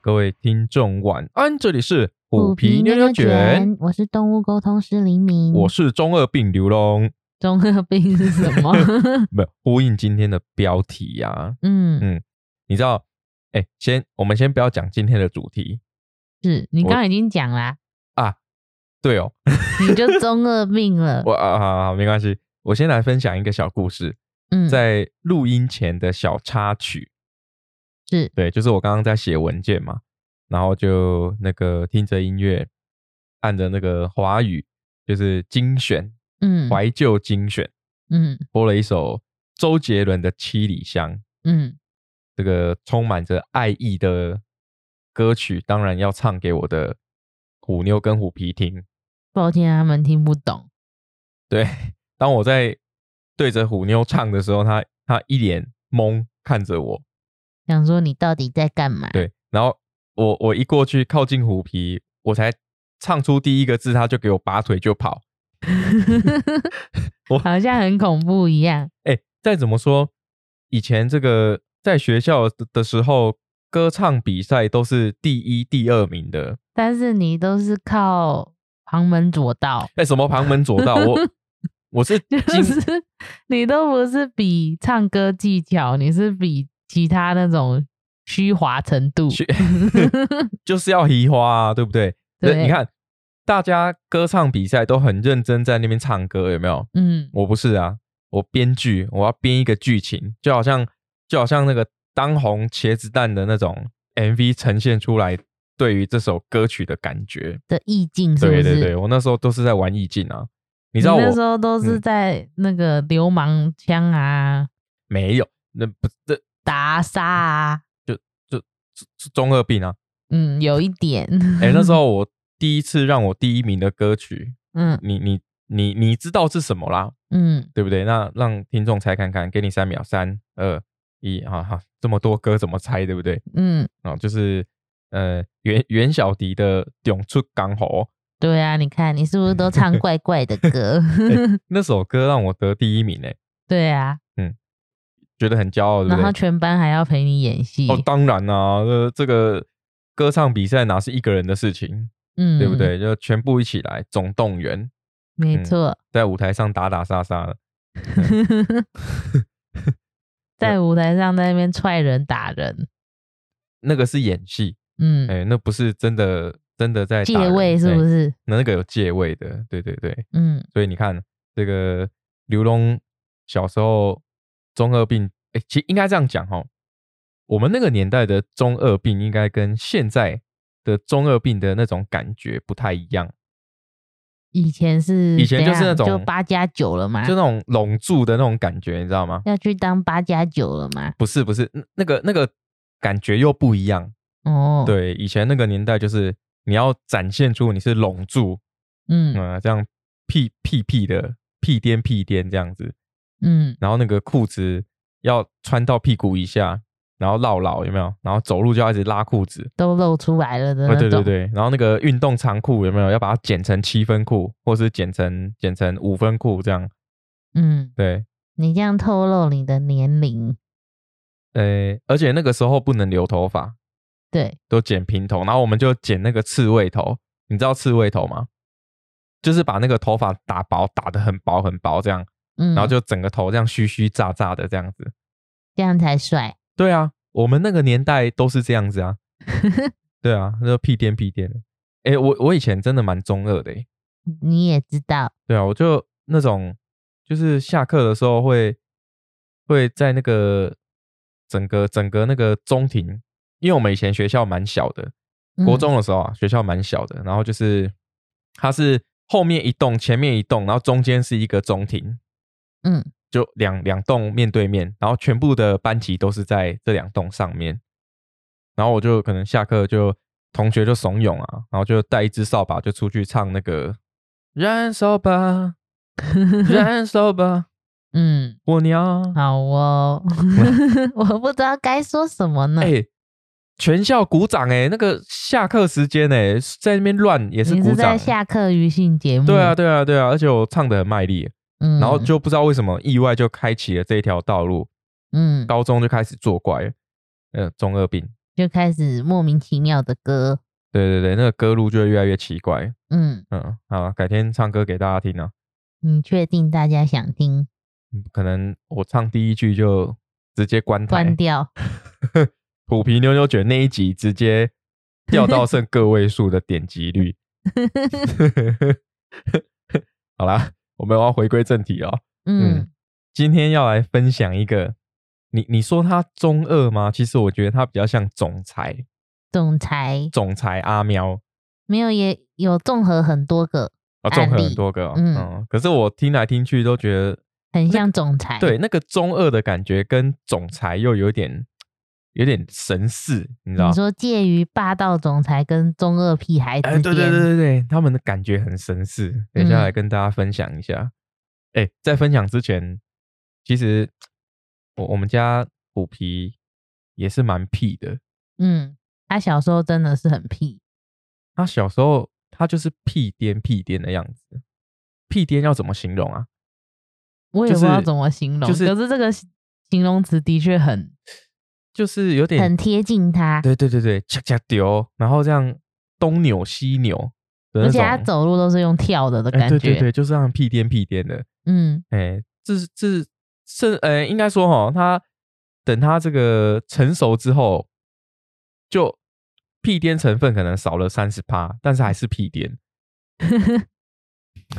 各位听众晚安，这里是虎皮皮妞妞卷，，我是动物沟通师林明。我是中二病刘龙，中二病是 什么？不呼应今天的标题呀、嗯嗯，你知道，哎、先我们先不要讲今天的主题是你我刚刚已经讲啦，啊，对哦，你就中二病了。我啊好好好没关系，我先来分享一个小故事，嗯，在录音前的小插曲，是对，就是我刚刚在写文件嘛，然后就那个听着音乐，按着那个华语就是精选嗯怀旧精选，嗯播了一首周杰伦的《七里香》，嗯这个充满着爱意的歌曲，当然要唱给我的虎妞跟虎皮听。抱歉，啊他们听不懂。对，当我在对着虎妞唱的时候，她她一脸懵看着我，想说你到底在干嘛？对，然后我我一过去靠近虎皮，我才唱出第一个字，她就给我拔腿就跑。我好像很恐怖一样。哎，再怎么说，以前这个在学校的的时候，歌唱比赛都是第一、第二名的，但是你都是靠旁门左道，哎、什么旁门左道？ 我我是就经、是你都不是比唱歌技巧，你是比其他那种虚华程度。虚 就是要移花啊，对不对？那对你看大家歌唱比赛都很认真在那边唱歌，有没有？嗯我不是啊，我编剧，我要编一个剧情，就好像就好像那个当红茄子蛋的那种 MV 呈现出来对于这首歌曲的感觉。的意境是不对是？对对，我那时候都是在玩意境啊，你知道那时我候都是嗯在那个流氓腔啊、没有，那不这打杀啊，这这中二病啊。嗯，有一点，哎、那时候我第一次让我第一名的歌曲， 嗯你你你你知道是什么啦，嗯，对不对？那让听众猜看看，给你三秒，三二一，好好，这么多歌怎么猜，对不对？嗯，啊、就是呃袁袁小迪的《涌出港口》对啊，你看你是不是都唱怪怪的歌？ 那首歌让我得第一名诶，对啊，觉得很骄哦傲，对然不后对？全班还要陪你演戏，哦，当然啦、呃，这个歌唱比赛哪是一个人的事情，嗯，对不？对？就全部一起来，总动员，没错，在舞台上打打杀杀的。嗯 在舞台上在那边踹人打人，那个是演戏，嗯，哎、那不是真的，真的在打借人位是不？哎是？那个有借位的，对对对。嗯，所以你看，这个刘龙小时候中二病，哎、其实应该这样讲哦，我们那个年代的中二病，应该跟现在的中二病的那种感觉不太一样，以前是以前怎就是那样种就八加九了嘛就，那种笼住的那种感觉，你知道吗？要去当八加九了嘛，不是不是，那那个那个感觉又不一样。哦，，对，以前那个年代就是你要展现出你是笼住，嗯嗯、这样屁屁屁的屁颠屁颠这样子，嗯。然后那个裤子要穿到屁股以下，然后绕牢有没有？然后走路就要一直拉裤子，都露出来了的那啊种。对对对，然后那个运动长裤有没有要把它剪成七分裤，或是剪成剪成五分裤这样？嗯，对，你这样透露你的年龄，呃，而且那个时候不能留头发，对，都剪平头，然后我们就剪那个刺猬头，你知道刺猬头吗？就是把那个头发打薄，打得很薄很薄这样，嗯，然后就整个头这样虚虚炸炸的这样子。这样才帅。对啊，我们那个年代都是这样子啊。对啊，那就屁颠屁颠的。哎、我我以前真的蛮中二的、欸。你也知道，对啊，我就那种就是下课的时候会会在那个整个整个那个中庭，因为我们以前学校蛮小的，嗯国中的时候啊，学校蛮小的，然后就是它是后面一栋，前面一栋，然后中间是一个中庭，嗯就两两栋面对面，然后全部的班级都是在这两栋上面。然后我就可能下课就同学就怂恿啊，然后就带一只扫把就出去唱那个 “燃烧吧，燃烧吧， 嗯，火娘好 哦， 我不知道该说什么”。呢。哎、全校鼓掌哎、那个下课时间哎、在那边乱也是你鼓是掌欸哎在。下课余性节目？对啊，，对啊，对啊，而且我唱的很卖力，嗯，然后就不知道为什么意外就开启了这一条道路，嗯，高中就开始作怪了，呃，中二病。就开始莫名其妙的歌，对对对，那个歌路就会越来越奇怪。嗯，嗯，好啊，改天唱歌给大家听啊。你确定大家想听？嗯可能我唱第一句就直接关台，关掉，虎皮牛牛卷那一集直接掉到剩个位数的点击率。 好啦，我们要回归正题哦。嗯嗯，今天要来分享一个，你你说他中二吗？其实我觉得他比较像总裁，总裁总裁阿喵没有也有综合很多个，啊，综合案例很多个、哦，嗯嗯可是我听来听去都觉得，很像总裁，对，那个中二的感觉跟总裁又有点有点神似，你知道你吗？说介于霸道总裁跟中二屁孩之哎，间，对对对对对，他们的感觉很神似。等一下嗯来跟大家分享一下。哎、在分享之前，其实我我们家虎皮也是蛮屁的。嗯，他小时候真的是很屁，他小时候他就是屁颠屁颠的样子。屁颠要怎么形容啊？我也就不知道是怎么形容，就是可是这个形形容词的确很就是有点很贴近他，对对对对，恰恰丢，然后这样东扭西扭的那而且种。他走路都是用跳的的哎感觉，对对对，就是让屁颠屁颠的。 嗯哎，这是这是是呃，应该说哈，他等他这个成熟之后，就屁颠成分可能少了三十趴，但是还是屁颠，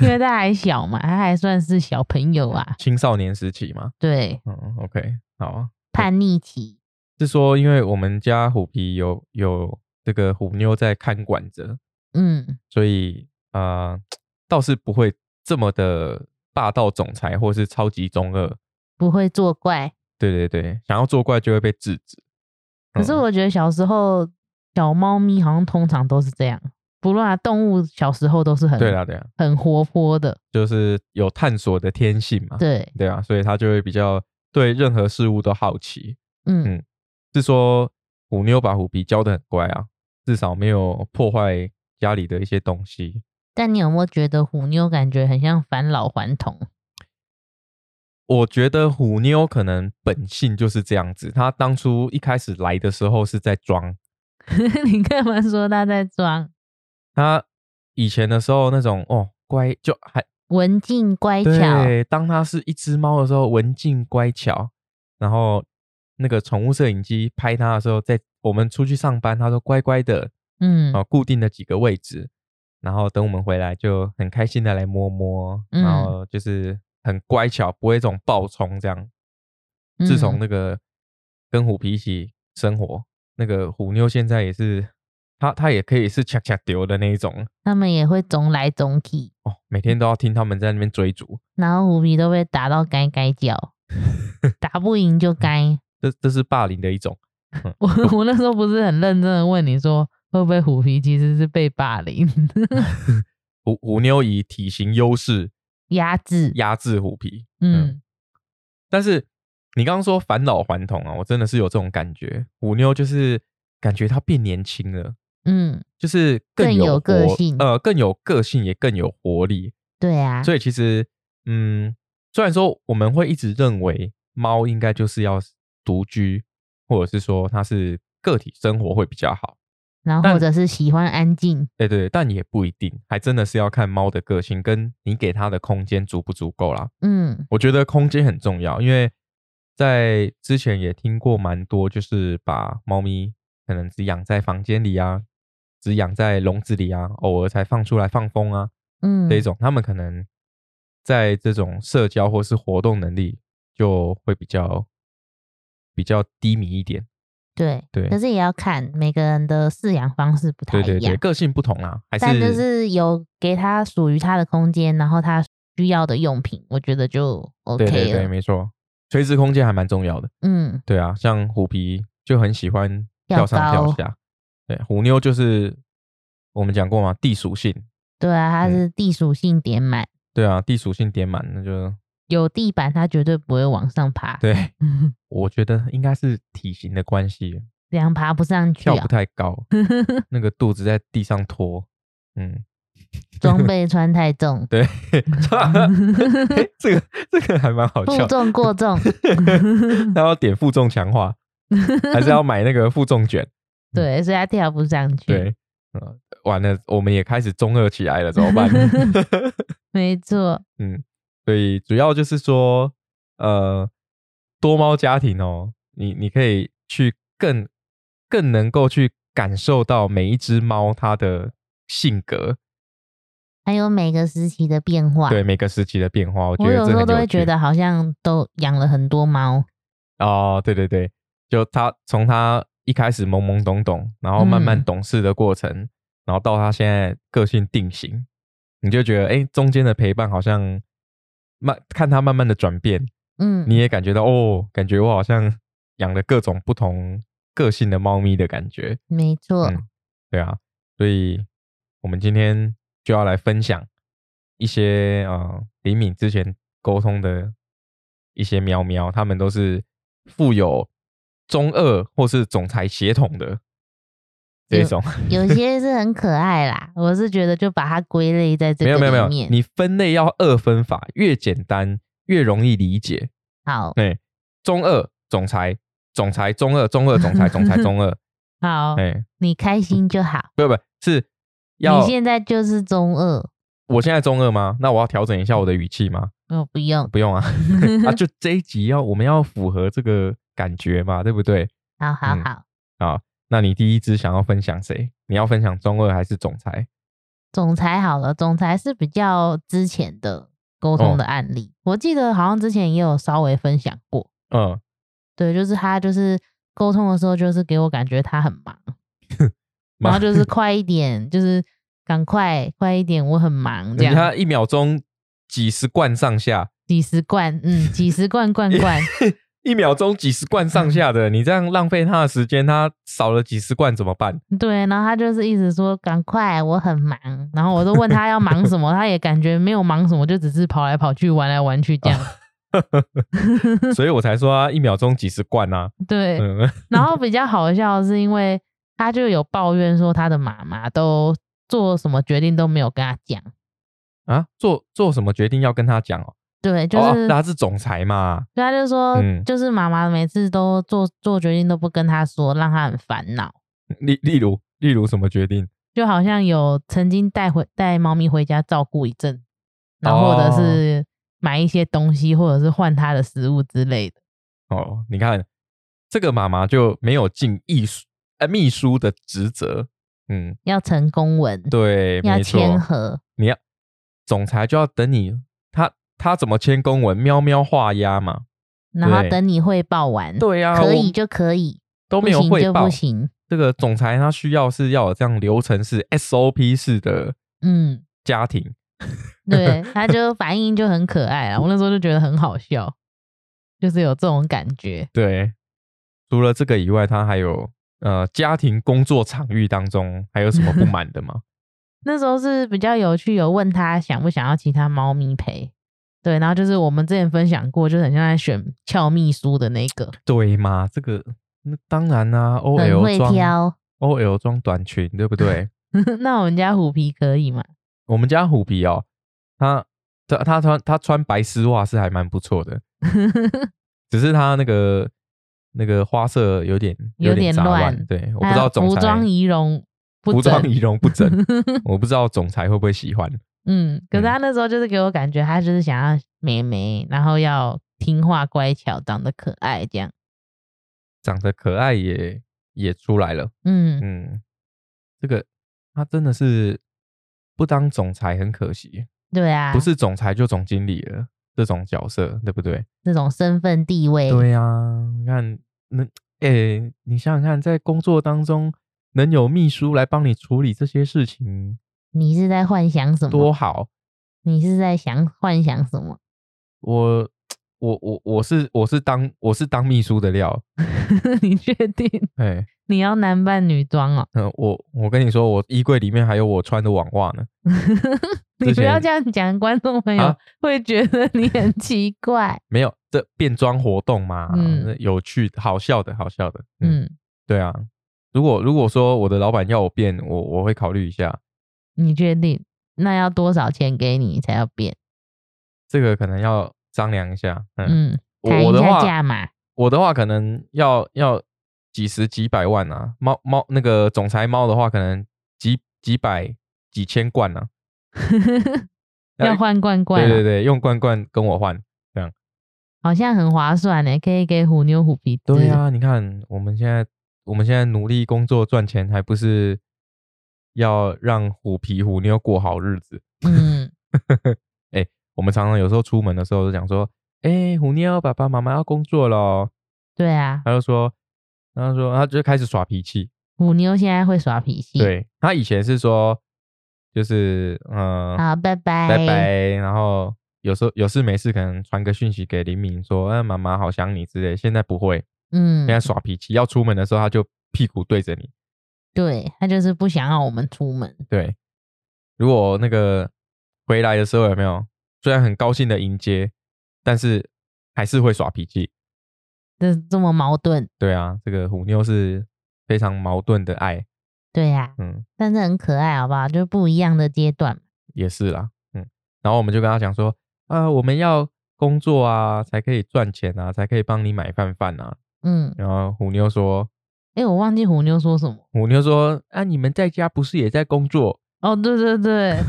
因为他还小嘛，他还算是小朋友啊，青少年时期嘛。对，嗯，OK，好啊。叛逆期，是说，因为我们家虎皮有有这个虎妞在看管着，嗯所以呃，倒是不会这么的霸道总裁或是超级中二。不会作怪。对对对，想要作怪就会被制止。可是嗯我觉得小时候小猫咪好像通常都是这样，不论啊动物小时候都是很对啦对啦，很活泼的，就是有探索的天性嘛，对，对啊，所以他就会比较对任何事物都好奇。嗯嗯是说虎妞把虎皮教的很乖啊，至少没有破坏家里的一些东西。但你有没有觉得虎妞感觉很像返老还童？ 我觉得虎妞可能本性就是这样子，她当初一开始来的时候是在装，你干嘛说他在装她以前的时候那种哦乖就还文静乖巧？对，当它是一只猫的时候，文静乖巧，然后那个宠物摄影机拍它的时候，在我们出去上班，它都乖乖的，嗯啊，固定的几个位置，然后等我们回来就很开心的来摸摸，然嗯后就是很乖巧，不会这种暴冲这样。自从嗯那个跟虎皮一起生活，那个虎妞现在也是，它它也可以是恰恰丢的那一种他们也会总来总去，哦，每嗯天都要听他们在那边追逐。然后虎皮都被打到该 该叫，打不赢就该。这这是霸凌的一种，我我那时候不是很认真的问你说，会不会虎皮其实是被霸凌 虎虎妞以体型优势压制？压制虎皮，嗯，但是你刚刚说返老还童啊，我真的是有这种感觉，虎妞就是感觉她变年轻了，嗯，就是更更有有个活性呃，更有个性也更有活力。对啊，所以其实，嗯，虽然说我们会一直认为猫应该就是要独居，或者是说它是个体生活会比较好，然后但或者是喜欢安静，对对，但也不一定，还真的是要看猫的个性跟你给它的空间足不足够啦。嗯我觉得空间很重要，因为在之前也听过蛮多，就是把猫咪可能只养在房间里啊，只养在笼子里啊，偶尔才放出来放风啊、嗯，这一种，它们可能在这种社交或是活动能力就会比较比较低迷一点。对对可是也要看每个人的饲养方式不太对对一样，对，个性不同啊，还但是就是有给他属于他的空间，然后他需要的用品，我觉得就 OK 对了。对对，没错，垂直空间还蛮重要的。嗯，对啊，像虎皮就很喜欢跳上跳跳高下。对，虎妞就是我们讲过嘛，地属性。对啊，他嗯是地属性点满，对啊，地属性点满，那就有地板他绝对不会往上爬，。对 嗯，我觉得应该是体型的关系，这样爬不上去跳啊不。太 高，那个肚子在地上拖。 嗯， ，装备穿太重对，嘿这个这个还蛮好负笑。重 过重， 他要点负重强化，还是要买那个负重卷？对，所以他跳不上去。对，呃，完了，我们也开始中二起来了，怎么 办？没错，嗯，所以主要就是说，呃，多猫家庭哦，你你可以去更更能够去感受到每一只猫它的性格，还有每个时期的变化。对每个时期的变化。我觉我得这有很时候有都会觉趣得好像都养了很多猫，哦，对对对，就它从它一开始懵懵懂懂，然后慢慢嗯懂事的过程，然后到它现在个性定型，你就觉得哎，中间的陪伴好像慢看它慢慢的转变，嗯，你也感觉到哦，感觉我好像 养了各种不同个性的猫咪的感觉，没错，嗯对啊，所以我们今天就要来分享一些呃，李敏之前沟通的一些喵喵，它们都是富有中二或是总裁血统 的这种， 有些是很可爱啦。我是觉得就把它归类在这没个有里没有面。没有，你分类要二分法，越简单越容易理解。好对，中二总裁，总裁中二，中二总裁， 总裁中二，好，哎、你开心就好。不不是要你现在就是中二，我现在中二吗？那我要调整一下我的语气吗？哦，不用，不用 啊，啊，就这一集要我们要符合这个感觉嘛，对不对？好好嗯好，啊，那你第一支想要分享谁？你要分享中二还是总裁？总裁好了，总裁是比较之前的沟哦通的案例，我记得好像之前也有稍微分享过。嗯，对，就是他就是沟通的时候，就是给我感觉他很忙，然忙后就是快一点，就是赶快快一点，我很 忙这人样家。一秒钟几十罐上下，几十罐，嗯，几十罐罐 罐，一秒钟几十罐上下的，你这样浪费他的时间，他少了几十罐怎么办？ 对，然后他就是一直说赶快，我很忙。然后我都问他要忙什 么，他也感觉没有忙什么，就只是跑来跑去、玩来玩去这样。啊所以我才说啊，一秒钟几十罐啊，对，嗯。 然后比较好笑的是，因为他就有抱怨说他的妈妈都做什么决定都没有跟他讲。啊，做做什么决定要跟他讲哦？对，就哦是，他是总裁嘛，对他就说，嗯就是妈妈每次都做做决定都不跟他说，让他很烦恼。例例如例如什么决定？就好像有曾经带回带猫咪回家照顾一阵，然后哦或者是买一些东西，或者是换它的食物之类的。哦，你看这个妈妈就没有尽艺术呃秘书的职责，嗯，要成公文，对，要没错，签合，你要总裁就要等你，他他怎么签公文？喵喵画押嘛，然后对等你汇报完，对呀、啊，可我以就可以，都不没有行汇就报不。行。这个总裁他需要是要有这样流程式 SOP 式的嗯，家庭，对，他就反应就很可爱啊，我那时候就觉得很好笑，就是有这种感觉。对，除了这个以外，他还有呃家庭工作场域当中还有什么不满的吗？那时候是比较有趣，有问他想不想要其他猫咪陪。对，然后就是我们之前分享过，就是很像在选俏秘书的那个，对嘛，这个那当然啦、o 很 L 会装挑。 O L 装短裙，对不对？ 那我们家虎皮可 以吗？我们家虎皮哦，他他他穿他穿白丝袜是还蛮不错的，只是他那个那个花色有点有点点杂乱，乱对，我不知道他总裁服装仪容不服整装。仪容不 整，我不知道总裁会不会喜欢。嗯，可是嗯他那时候就是给我感觉，他就是想要美眉，然后要听话乖巧，长得可爱这样。长得可爱也也出来了。嗯，嗯，这个他真的是不当总裁很可惜，对啊，不是总裁就总经理了这种角色，对不对？那种身份地位，对呀、你看那诶、你想想看，在工作当中能有秘书来帮你处理这些事情，你是在幻想什多么？好！你是在想幻想什么？ 我我我我是我是当我是当秘书的料，你确定哎，你要男扮女装哦？嗯，我我跟你说，我衣柜里面还有我穿的网袜呢。你不之前要这样讲，观众朋友、啊 会觉得你很奇怪。没有，这变装活动嘛，嗯那有趣、好笑的，好笑的。嗯，嗯，对啊。如果如果说我的老板要我变，我我会考虑一下，你确定？那要多少钱给你才要变？这个可能要商量一下。嗯，嗯，谈我我一的下话，价码。我的话可能要要几十几百万啊，猫猫那个总裁猫的话，可能几几百几千罐啊， 要换罐罐、啊，对对对，用罐罐跟我换，好像很划算呢，可以给虎妞虎皮子。对啊，你看我们现在我们现在努力工作赚钱，还不是要让虎皮虎妞过好日子？嗯，哎、我们常常有时候出门的时候就讲说，哎、虎妞爸爸妈妈要工作咯。对啊，他就说，他就说，他就开始耍脾气。虎妞现在会耍脾气。，对他以前是说，就是嗯，好，拜拜，拜拜。然后有时候有事没事可能传个讯息给林敏说，哎，妈妈好想你之类。现在不会，嗯现，在耍脾气，要出门的时候他就屁股对着你。对他就是不想要我们出门。对，如果那个回来的时候有没有，虽然很高兴的迎接，但是还是会耍脾气。这这么矛盾，对啊，这个虎妞是非常矛盾的爱，对呀、嗯，但是很可爱，好不好？就不一样的阶段嘛。也是啦，嗯。然后我们就跟他讲说，啊、我们要工作啊，才可以赚钱啊，才可以帮你买饭饭啊。嗯，然后虎妞说，哎、我忘记虎妞说什么。虎妞说：“啊，你们在家不是也在工作 哦，对对 对，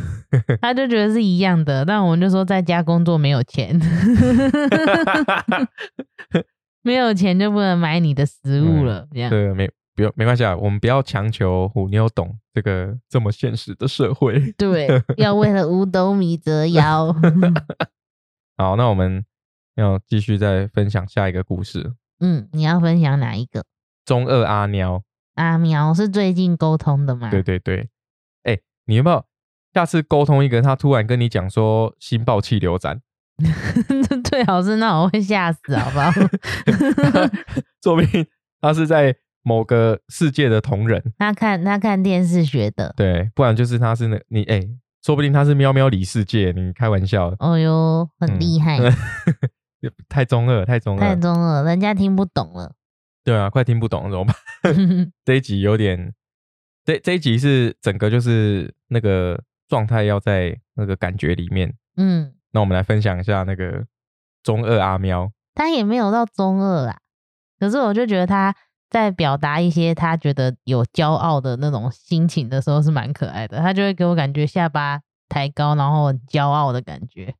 他就觉得是一样的，但我们就说在家工作没有钱，？”没有钱就不能买你的食物了，这样。对，没不用没关系啊，我们不要强求虎妞懂这个这么现实的社会。 对，要为了五斗米折腰。好，那我们要继续再分享下一个故事。嗯，你要分享哪一个？中二阿喵，阿喵是最近沟通的吗？ 对对对，哎、你有没有下次沟通一个他突然跟你讲说心爆气流斩，最好是那我会吓死，好不 好？ 说不定他是在某个世界的同人，他看他看电视学的。对，不然就是他是那你哎、说不定他是喵喵里世界，你开玩笑。哦哟，很厉害，太中二，太中太二，中了，人家听不懂了。 对啊，快听不懂了怎么办？ 这一集有点，这这一集是整个就是那个状态要在那个感觉里面。嗯，那我们来分享一下那个中二阿喵，他也没有到中二啦，可是我就觉得他在表达一些他觉得有骄傲的那种心情的时候是蛮可爱的，他就会给我感觉下巴抬高，然后很骄傲的感觉。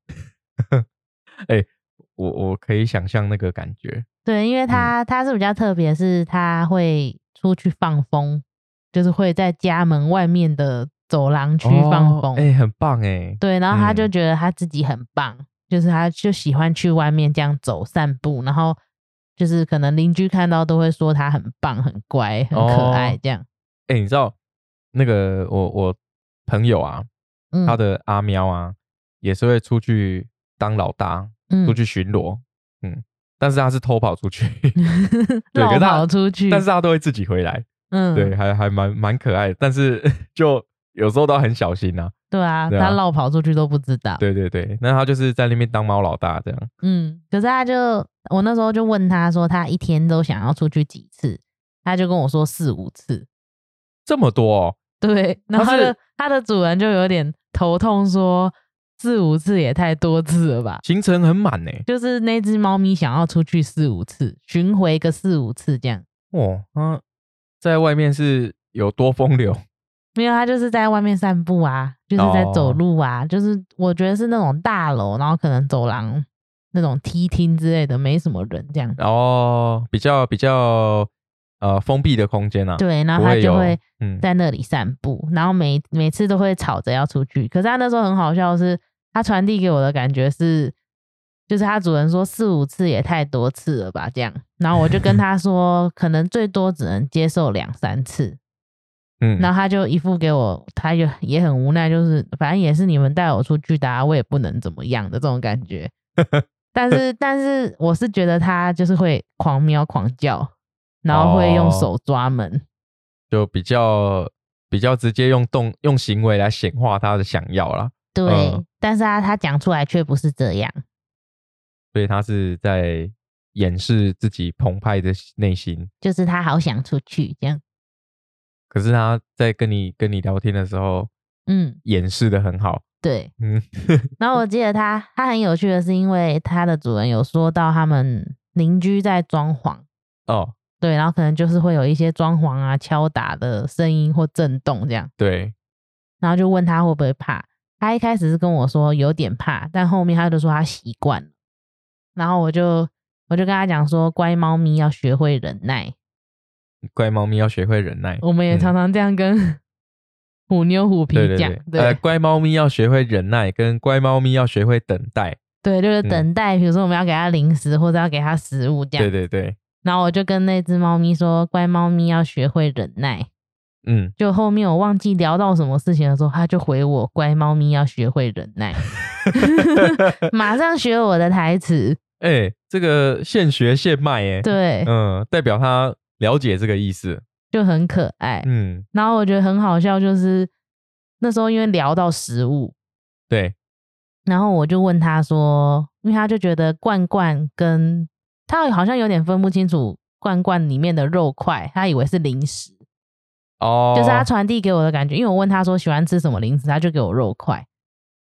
我我可以想象那个感觉，对，嗯因为他、他是比较特别，是他会出去放风，就是会在家门外面的走廊区放风。哎、欸很棒哎、对，然后他就嗯觉得他自己很棒，就是他就喜欢去外面这样走散步，然后就是可能邻居看到都会说他很棒、很乖、很可爱哦这样。哎、你知道那个我我朋友啊，嗯，他的阿喵啊，也是会出去当老大，出嗯， 去巡逻，嗯，但是他是偷跑出去，对可绕是他跑出去，但是他都会自己回来。嗯，对，还还蛮蛮可爱的，但是 就有时候都很小心啊。对啊，对啊他绕跑出去都不知道。对对对，那他就是在那边当猫老大这样。嗯，可是他就我那时候就问他说，他一天都想要出去几次？他就跟我说四五次。 这么多、哦，对，然后他他是的他的主人就有点头痛说四五次也太多次了吧？行程很满呢。就是那只猫咪想要出去四五次，巡回个四五次这样。哦，他在外面是有多风流， 没有，它就是在外面散步啊，就是在哦走路啊，就是我觉得是那种大楼，然后可能走廊那种梯厅之类的，没什么人这样。然后比较比较呃封闭的空间啊，对，然不后它会就有会嗯在那里散步，然后每每次都会吵着要出去。可是它那时候很好笑的是，它传递给我的感觉是，就是它主人说四五次也太多次了吧这样。然后我就跟他说，可能最多只能接受两三次。嗯，然后他就一副给我，他就也很无奈，就是反正也是你们带我出去的、啊，我也不能怎么样的这种感 觉。但是，但是我是觉得他就是会狂喵狂叫，然后会用哦手抓门，就比较比较直接用动用行为来显化他的想要啦，对。嗯但是啊，他讲出来却不是这样，所以他是在掩饰自己澎湃的内心。就是他好想出去这样。可是他在跟你跟你聊天的时候，嗯，掩饰的很好，对。嗯，然后我记得他，他很有趣的是，因为他的主人有说到他们邻居在装潢，哦，对，然后可能就是会有一些装潢啊、敲打的声音或震动这样，对，然后就问他会不会怕。他一开始是跟我说有点怕，但后面他就说他习惯了。然后我就我就跟他讲说，乖猫咪要学会忍耐。乖猫咪要学会忍耐。我们也嗯常常这样跟虎妞虎皮对对讲，对，呃，乖猫咪要学会忍耐，跟乖猫咪要学会等待。对，就是嗯等待，比如说我们要给它零食或者要给它食物这样。对对对，然后我就跟那只猫咪说，乖猫咪要学会忍耐。 嗯，就后面我忘记聊到什么事情的时候，它就回我，乖猫咪要学会 忍耐，马上学我的台词。哎、这个现学现卖、哎，对，嗯，代表他了解这个意思。就很可爱。嗯，然后我觉得很好笑，就是那时候因为聊到食物，对，然后我就问他说，因为他就觉得罐罐跟他好像有点分不清楚罐罐里面的肉块，他以为是零食，哦，就是他传递给我的感觉。因为我问他说喜欢吃什么零食，他就给我肉块。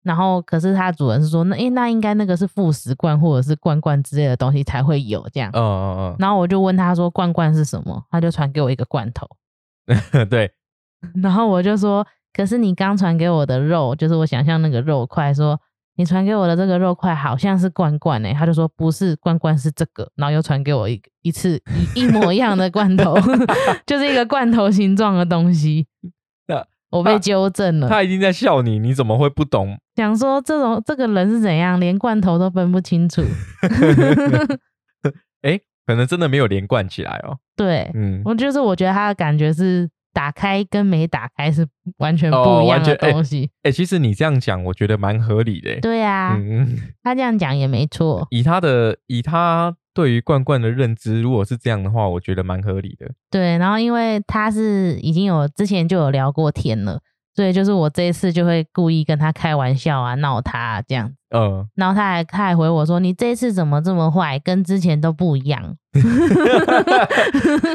然后可是他主人是说，那诶、那应该那个是副食罐或者是罐罐之类的东西才会有这样。嗯嗯然后我就问他说罐罐是什么，他就传给我一个罐头。嗯， 对，然后我就说，可是你刚传给我的肉，就是我想象那个肉块，说你传给我的这个肉块好像是罐罐诶、他就说不是罐罐是这个，然后又传给我一一次一一模一样的罐头， 就是一个罐头形状的东西 那。我被纠正了，他已经在笑你，你怎么会不懂？ 想说这种这个人是怎样，连罐头都分不清楚。哎、可能真的没有连贯起来哦。对，嗯，我就是我觉得他的感觉是打开跟没打开是完全哦不一样完全的哎东西。哎、其实你这样讲，我觉得蛮合理的、哎对啊，嗯，他这样讲也没错。以他的以他对于罐罐的认知，如果是这样的话，我觉得蛮合理的。对，然后因为他是已经有之前就有聊过天了，所以就是我这一次就会故意跟他开玩笑啊，闹他、啊、这样。 嗯，然后他还他还回我说：“你这一次怎么这么坏？跟之前都不一样。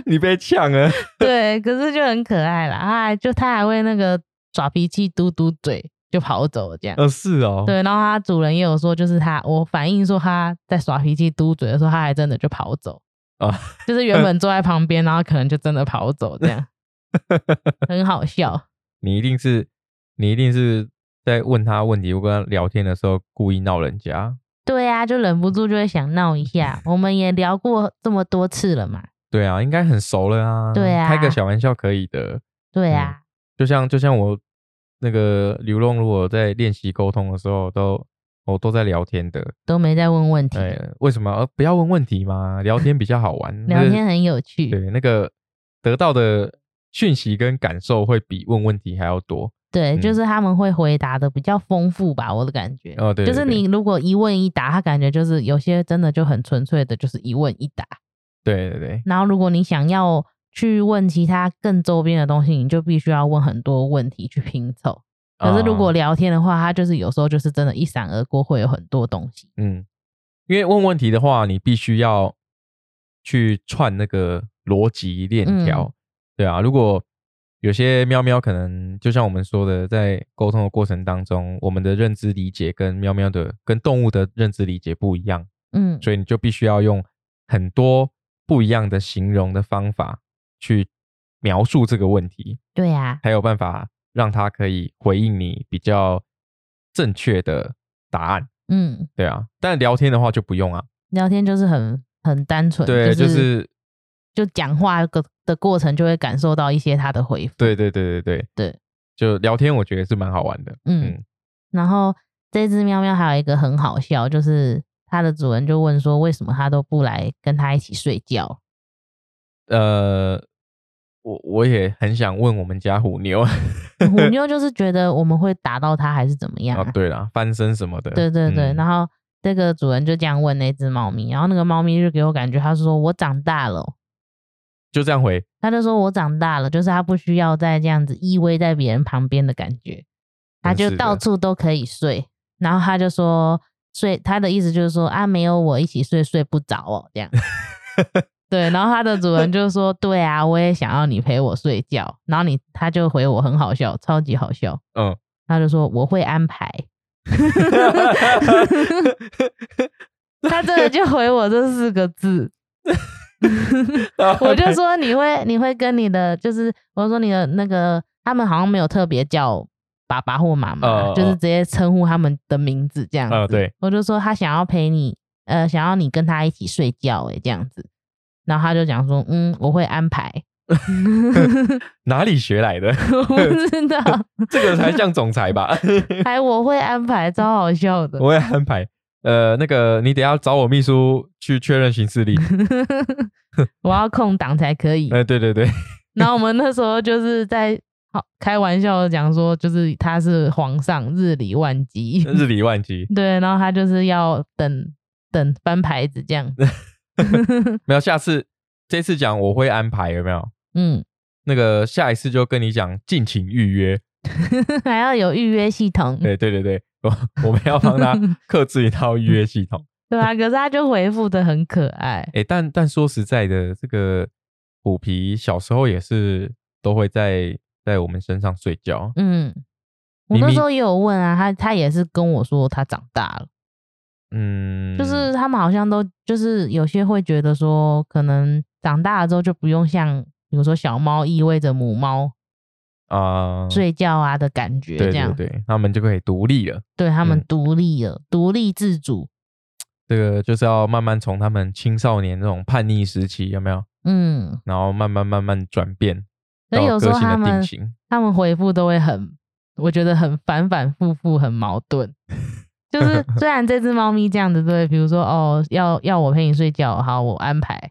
你被呛了。”对，可是就很可爱啦。他还就他还会那个耍脾气、嘟嘟嘴就跑走这样。呃，是哦，对，然后他主人也有说，就是他我反映说他在耍脾气、嘟嘴的时候，他还真的就跑走啊， 就是原本坐在旁边，然后可能就真的跑走 这样，很好笑。你一定是你一定是在问他问题，我跟他聊天的时候故意闹人家。对啊，就忍不住就会想闹一下。我们也聊过这么多次了嘛。对啊，应该很熟了啊。对啊开个小玩笑可以的。对啊，就像就像我那个刘龙，如果在练习沟通的时候，都我都在聊天的。都没在问问题， 哎、为什么、呃、不要问问题嘛？聊天比较好玩。聊那天很有趣。对那个得到的讯息跟感受会比问问题还要多。对，就嗯是他们会回答的比较丰富吧，我的感觉。哦对对就是对你如果一问一答，他感觉就是有些真的就很纯粹的，就是一问一答。对对对，然后如果你想要去问其他更周边的东西，你就必须要问很多问题去拼凑。可是如啊果聊天的话，他就是有时候就是真的一闪而过，会有很多东西。嗯，因为问问题的话，你必须要去串那个逻辑链条，对啊。如果有些喵喵可能就像我们说的，在沟通的过程当中，我们的认知理解跟喵喵的跟动物的认知理解不一样，嗯，所以你就必须要用很多不一样的形容的方法去描述这个问题，对啊呀、才有办法让它可以回应你比较正确的答案，嗯，对啊。但聊天的话就不用啊。聊天就是很很单纯，对，嗯就就是是就讲话的的过程就会感受到一些他的回复。对对对对对嗯对，就聊天我觉得是蛮好玩的。嗯嗯然后这只喵喵还有一个很好笑，就是它的主人就问说，为什么它都不来跟它一起睡 觉？呃，我我也很想问我们家虎妞虎妞就是觉得我们会打到它，还是怎么样、啊，啊？对啦，翻身什么的。对对对，嗯然后这个主人就这样问那只猫咪，然后那个猫咪就给我感觉，它说我长大了哦，就这样 回。它就说我长大了，就是它不需要再这样子依偎在别人旁边的感觉，它真就是到嗯的处都可以睡。然后它就说睡，它的意思就是说啊，没有我一起睡睡不着哦， 这样。对，然后它的主人就说：“对啊，我也想要你陪我睡觉。”然后你，它就回我很好笑，超级好笑。嗯，它就说：“我会安排。”他真的就回我这四个字， 我就说你会你会跟你的就是我就说你的那个他们好像没有特别叫爸爸或妈妈，呃就是直接称呼他们的名字这样子。呃对，我就说他想要陪你，呃，想要你跟他一起睡觉、欸，这样子。然后他就讲说，嗯，我会安排， 哪里学来的？ 我不知道，这个才像总裁 吧？还我会安排，超好笑的。我也安排。呃，那个你等一下找我秘书去确认行事 历。 我要空档才可 以。哎、对对对，然后我们那时候就是在好开玩笑的讲说，就是他是皇上，日理万机，日理万机。对，然后他就是要等等翻牌子 这样，没有，下次这次讲我会安排，有没有？嗯， 那个下一次就跟你讲敬请预约。还要有预约系统，对对对对，我我们要 帮他克制一套预约系统。对啊，可是他就回复的很可爱，哎、但但说实在的，这个虎皮小时候也是都会在在我们身上睡觉。嗯，我明那明时候也有问啊，他他也是跟我说他长大了，嗯，就是他们好像都就是有些会觉得说，可能长大了之后就不用像比如说小猫意味着母猫啊、睡觉啊的感觉对这对样，对，他们就可以独立了。对他们嗯独立了，独立自主，这个就是要慢慢从他们青少年那种叛逆时期有没有，嗯，然后慢慢慢慢转变所到以有时个候性他的定们型。他们回复都会很，我觉得很反反复复，很矛 盾。就是虽然这只猫咪这样子对，比如说哦，要要我陪你睡觉，好，我安排，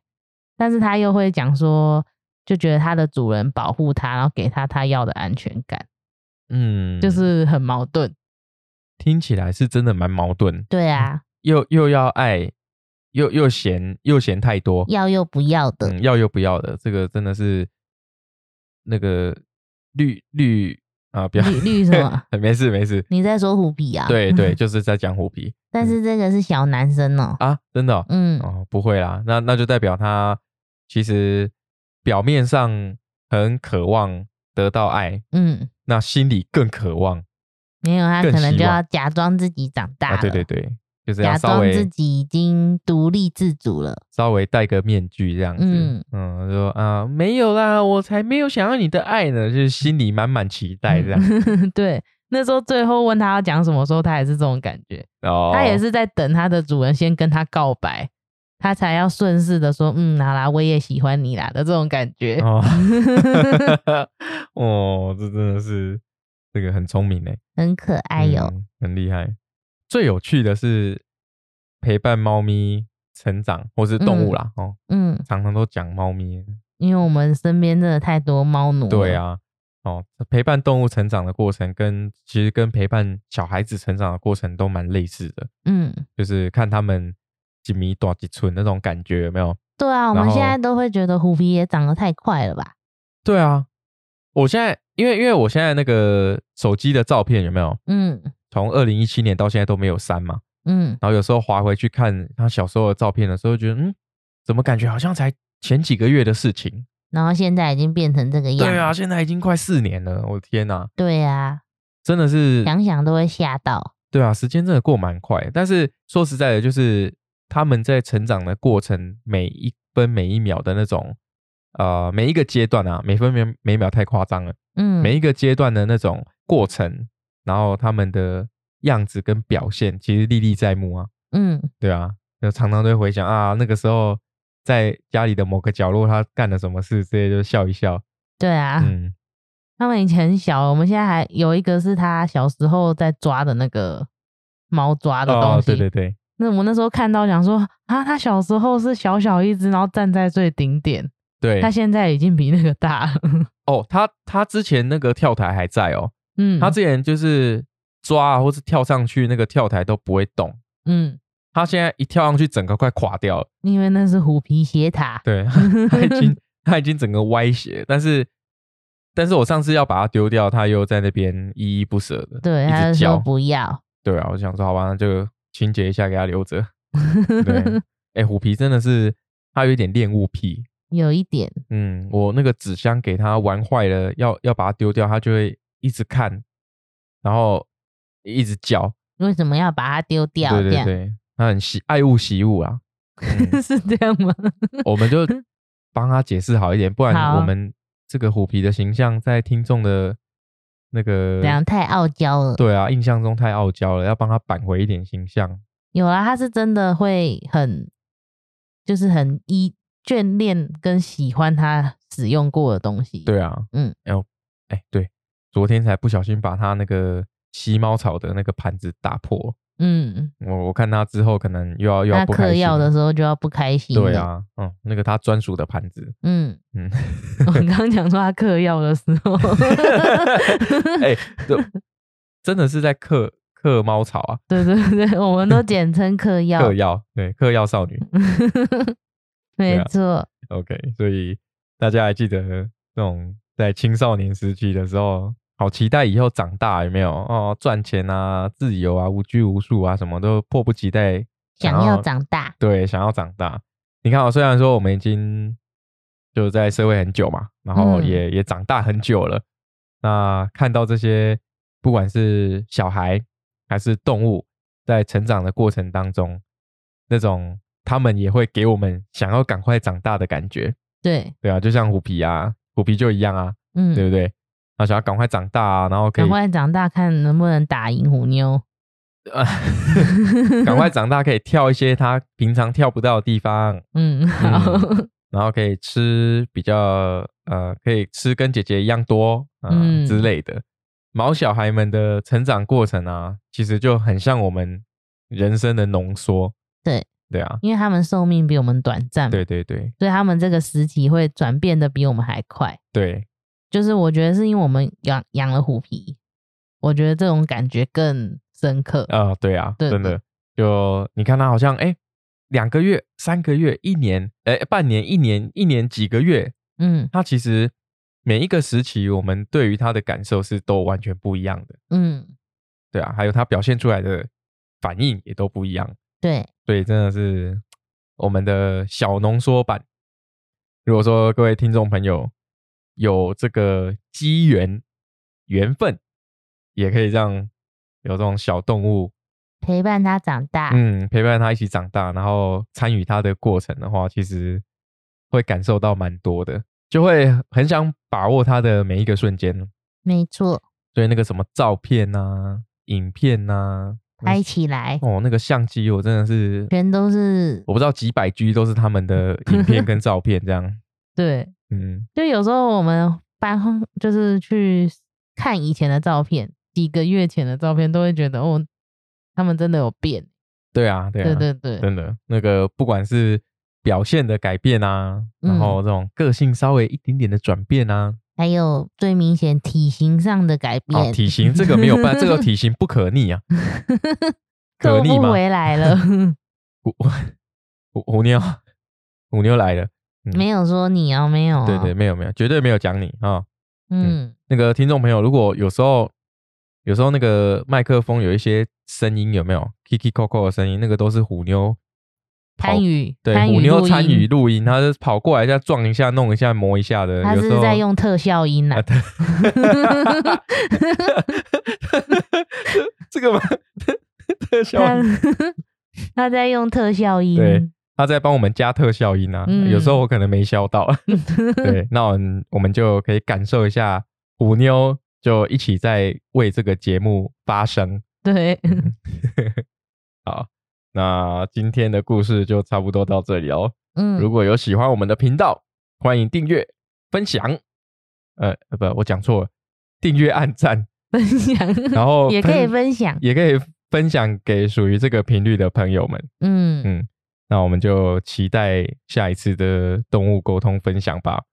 但是它又会讲说，就觉得它的主人保护它，然后给它它要的安全感，嗯，就是很矛盾。听起来是真的蛮矛盾，对啊，又又要爱，又又嫌又嫌太多，要又不要的，嗯，要又不要的，这个真的是那个绿绿啊，不要绿绿什 么？没事没事，你在说虎皮啊？对对，就是在讲虎皮但是这个是小男生哦、啊，真的哦、嗯，哦，不会啦，那那就代表他其实表面上很渴望得到爱，嗯，那心里更渴望没有，他哦更可能希就望要假装自己长大了。啊，对对对，就是要假稍装自微己已经独立自主了。稍微戴个面具这样子，嗯嗯就说啊、没有啦，我才没有想要你的爱呢，就是心里满满期待这样，嗯 对，那时候最后问他要讲什么时候，他也是这种感觉， 哦，嗯他也是在等他的主人先跟他告白，他才要顺势的说，嗯，好啦，我也喜欢你啦的这种感觉。哦， 哦，这真的是这个很聪明哎， 很可爱哟、嗯很厉害。最有趣的是陪伴猫咪成长，或是动物啦、哦，嗯，常常都讲猫咪，因为我们身边真的太多猫奴。对，啊，哦，陪伴动物成长的过程跟其实跟陪伴小孩子成长的过程都蛮类似的，嗯，就是看他们几米多几寸那种感觉有没有？对啊，我们然后现在都会觉得虎皮也长得太快了吧？对啊，我现在因为因为我现在那个手机的照片有没有？嗯从二零一七年到现在都没有删嘛，嗯，然后有时候划回去看他小时候的照片的时候，觉得嗯，怎么感觉好像才前几个月的事情？然后现在已经变成这个样。对啊，，现在已经快四年了，我的天哪、对啊，真的是，想想都会吓到。对啊，时间真的过蛮快。但是说实在的，就是他们在成长的过程，每一分每一秒的那种，呃，每一个阶段啊，每分每每秒太夸张了，嗯，每一个阶段的那种过程，然后他们的样子跟表现，其实历历在目啊。嗯，对啊，就常常都会回想啊，那个时候在家里的某个角落，他干了什么事，直接就笑一笑。对啊。嗯，他们以前很小，我们现在还有一个是他小时候在抓的那个猫抓的东哦，西。对对对，那我那时候看到想说啊，他小时候是小小一只，然后站在最顶点，对他，现在已经比那个大了。哦，他他之前那个跳台还在哦，嗯，他之前就是抓啊或是跳上去那个跳台都不会动，嗯，他现在一跳上去，整个快垮掉了。因为那是虎皮斜塔。 对， 他已经他已经整个歪斜，但是但是我上次要把它丢掉，他又在那边依依不舍的，对，一他直就说叫。不要。对啊，我想说，好吧，那就清洁一下，给他留 着。对，哎、虎皮真的是他有一点恋物癖。有一点，嗯，我那个纸箱给他玩坏了，要要把它丢掉，他就会一直看，然后一直叫。为什么要把它丢掉？对这对样对，他很惜爱物惜物啊。嗯 是这样吗？我们 就帮他解释好一点，不然好我们这个虎皮的形象在听众的那个怎样太傲娇了？对啊印象中太傲娇了，要帮他扳回一点形象。有啦，他是真的会很，就是很依眷恋跟喜欢他使用过的东西。，对啊，嗯，哎呦，哎，对，昨天才不小心把他那个吸猫草的那个盘子打破，嗯，我我看他之后可能又要又要他不开嗑心药的时候就要不开心。对，啊，嗯，那个他专属的盘 子，嗯，嗯，我刚刚讲说他嗑药的时候， 哎、就真的是在嗑嗑猫草啊，对对对，我们都简称嗑药，嗑药，对，嗑药少女没啊错， ，OK，所以大家还记得那种在青少年时期的时候。好期待以后长大有没有哦？赚钱啊，自由啊，无拘无束啊，什么都迫不及待想要长大，对，想要长大。你看、哦，虽然说我们已经就在社会很久嘛，然后嗯也、也长大很久了，那看到这些不管是小孩还是动物，在成长的过程当中，那种他们也会给我们想要赶快长大的感觉，对，对啊，就像虎皮啊，虎皮就一样啊，对嗯，不对？他想要赶快长大啊，然后可以赶快长大看能不能打赢虎妞。啊赶 快长大，可以跳一些他平常跳不到的地方，嗯，好，然后可以吃比较呃，可以吃跟姐姐一样多、呃、嗯之类的。毛小孩们的成长过程啊，其实就很像我们人生的浓缩。对对啊，因为他们寿命比我们短暂，对对对所以他们这个时期会转变的比我们还快。对，就是我觉得是因为我们养养了虎皮，我觉得这种感觉更深刻。啊、对啊，对真的，就你看他好像哎，两个月、三个月、一年，哎，半年、一年、一年几个月，嗯他其实每一个时期，我们对于他的感受是都完全不一样的。嗯，对啊，还有他表现出来的反应也都不一样。对，所以真的是我们的小浓缩版。如果说各位听众朋友有这个机缘缘分，也可以让有这种小动物，陪伴他长大。嗯，陪伴它一起长大，然后参与它的过程的话，其实会感受到蛮多的，就会很想把握它的每一个瞬间。没错，所以那个什么照片啊、影片啊，拍起来、哦，那个相机我真的是全都是我不知道几百 G 都是他们的影片跟照片这样。对。嗯，就有时候我们翻 就是去看以前的照片，几个月前的照片，都会觉得哦，他们真的有变。对啊，对啊，对对对，真的那个不管是表现的改变啊，嗯然后这种个性稍微一点点的转变啊，还有最明显体型上的改变，哦，体型这个没有办，这个体型不可逆啊，可扣逆吗不？回 来了。虎虎虎妞，虎妞来了，没有说你哦，没有、哦，对对，，嗯没有没有，绝对没有讲你啊、嗯，那个听众朋友，如果有时候有时候那个麦克风有一些声音，有没有 Kiki Coco 的声音？那个都是虎妞跑参与，对参虎与录妞音参与，录音，他是跑过来一下撞一下、弄一下、磨一下的，他有时是候在用特效音呐、啊 啊，对这个嘛，特效他他在用特效音，对他在帮我们加特效音啊，嗯有时候我可能没消 到，对，那我们我们就可以感受一下虎妞，就一起在为这个节目发声。 对，好，那今天的故事就差不多到这里哦。如嗯，果有喜欢我们的频道，欢迎订阅、分享。呃，呃不，我讲错了，订阅、按赞， 分享，然后也可以分享，也可以分享给属于这个频率的朋友们。嗯，嗯，那我们就期待下一次的动物沟通分享吧。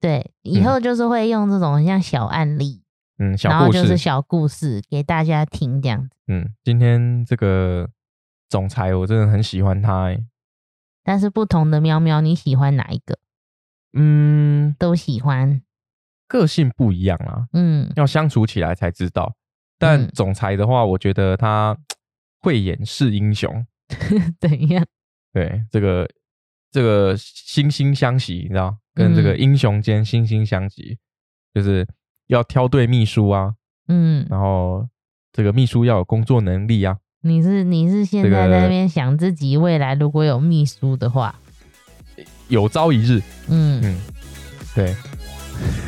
对，以嗯后就是会用这种很像小案例，嗯，小然后故就事。是小故事给大家听，这样子。嗯，今天这个总裁我真的很喜欢他、欸。但是不同的喵喵，你喜欢哪一个？嗯，都喜欢，个性不一样啦， 嗯，要相处起来才知道。但嗯总裁的话，我觉得他慧眼识英雄。怎样？对，这个这个惺惺相惜，你知道，跟这个嗯英雄间惺惺相惜，就是要挑对秘书啊，嗯然后这个秘书要有工作能力啊，你是你是现这在个在那边想自己未来如果有秘书的话，有朝一日，嗯，嗯，对，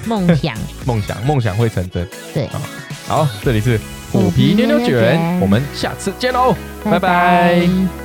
梦想梦想梦想会成真。对，嗯好，这里是虎虎皮皮牛牛牛牛卷卷，我们下次见喽，拜拜拜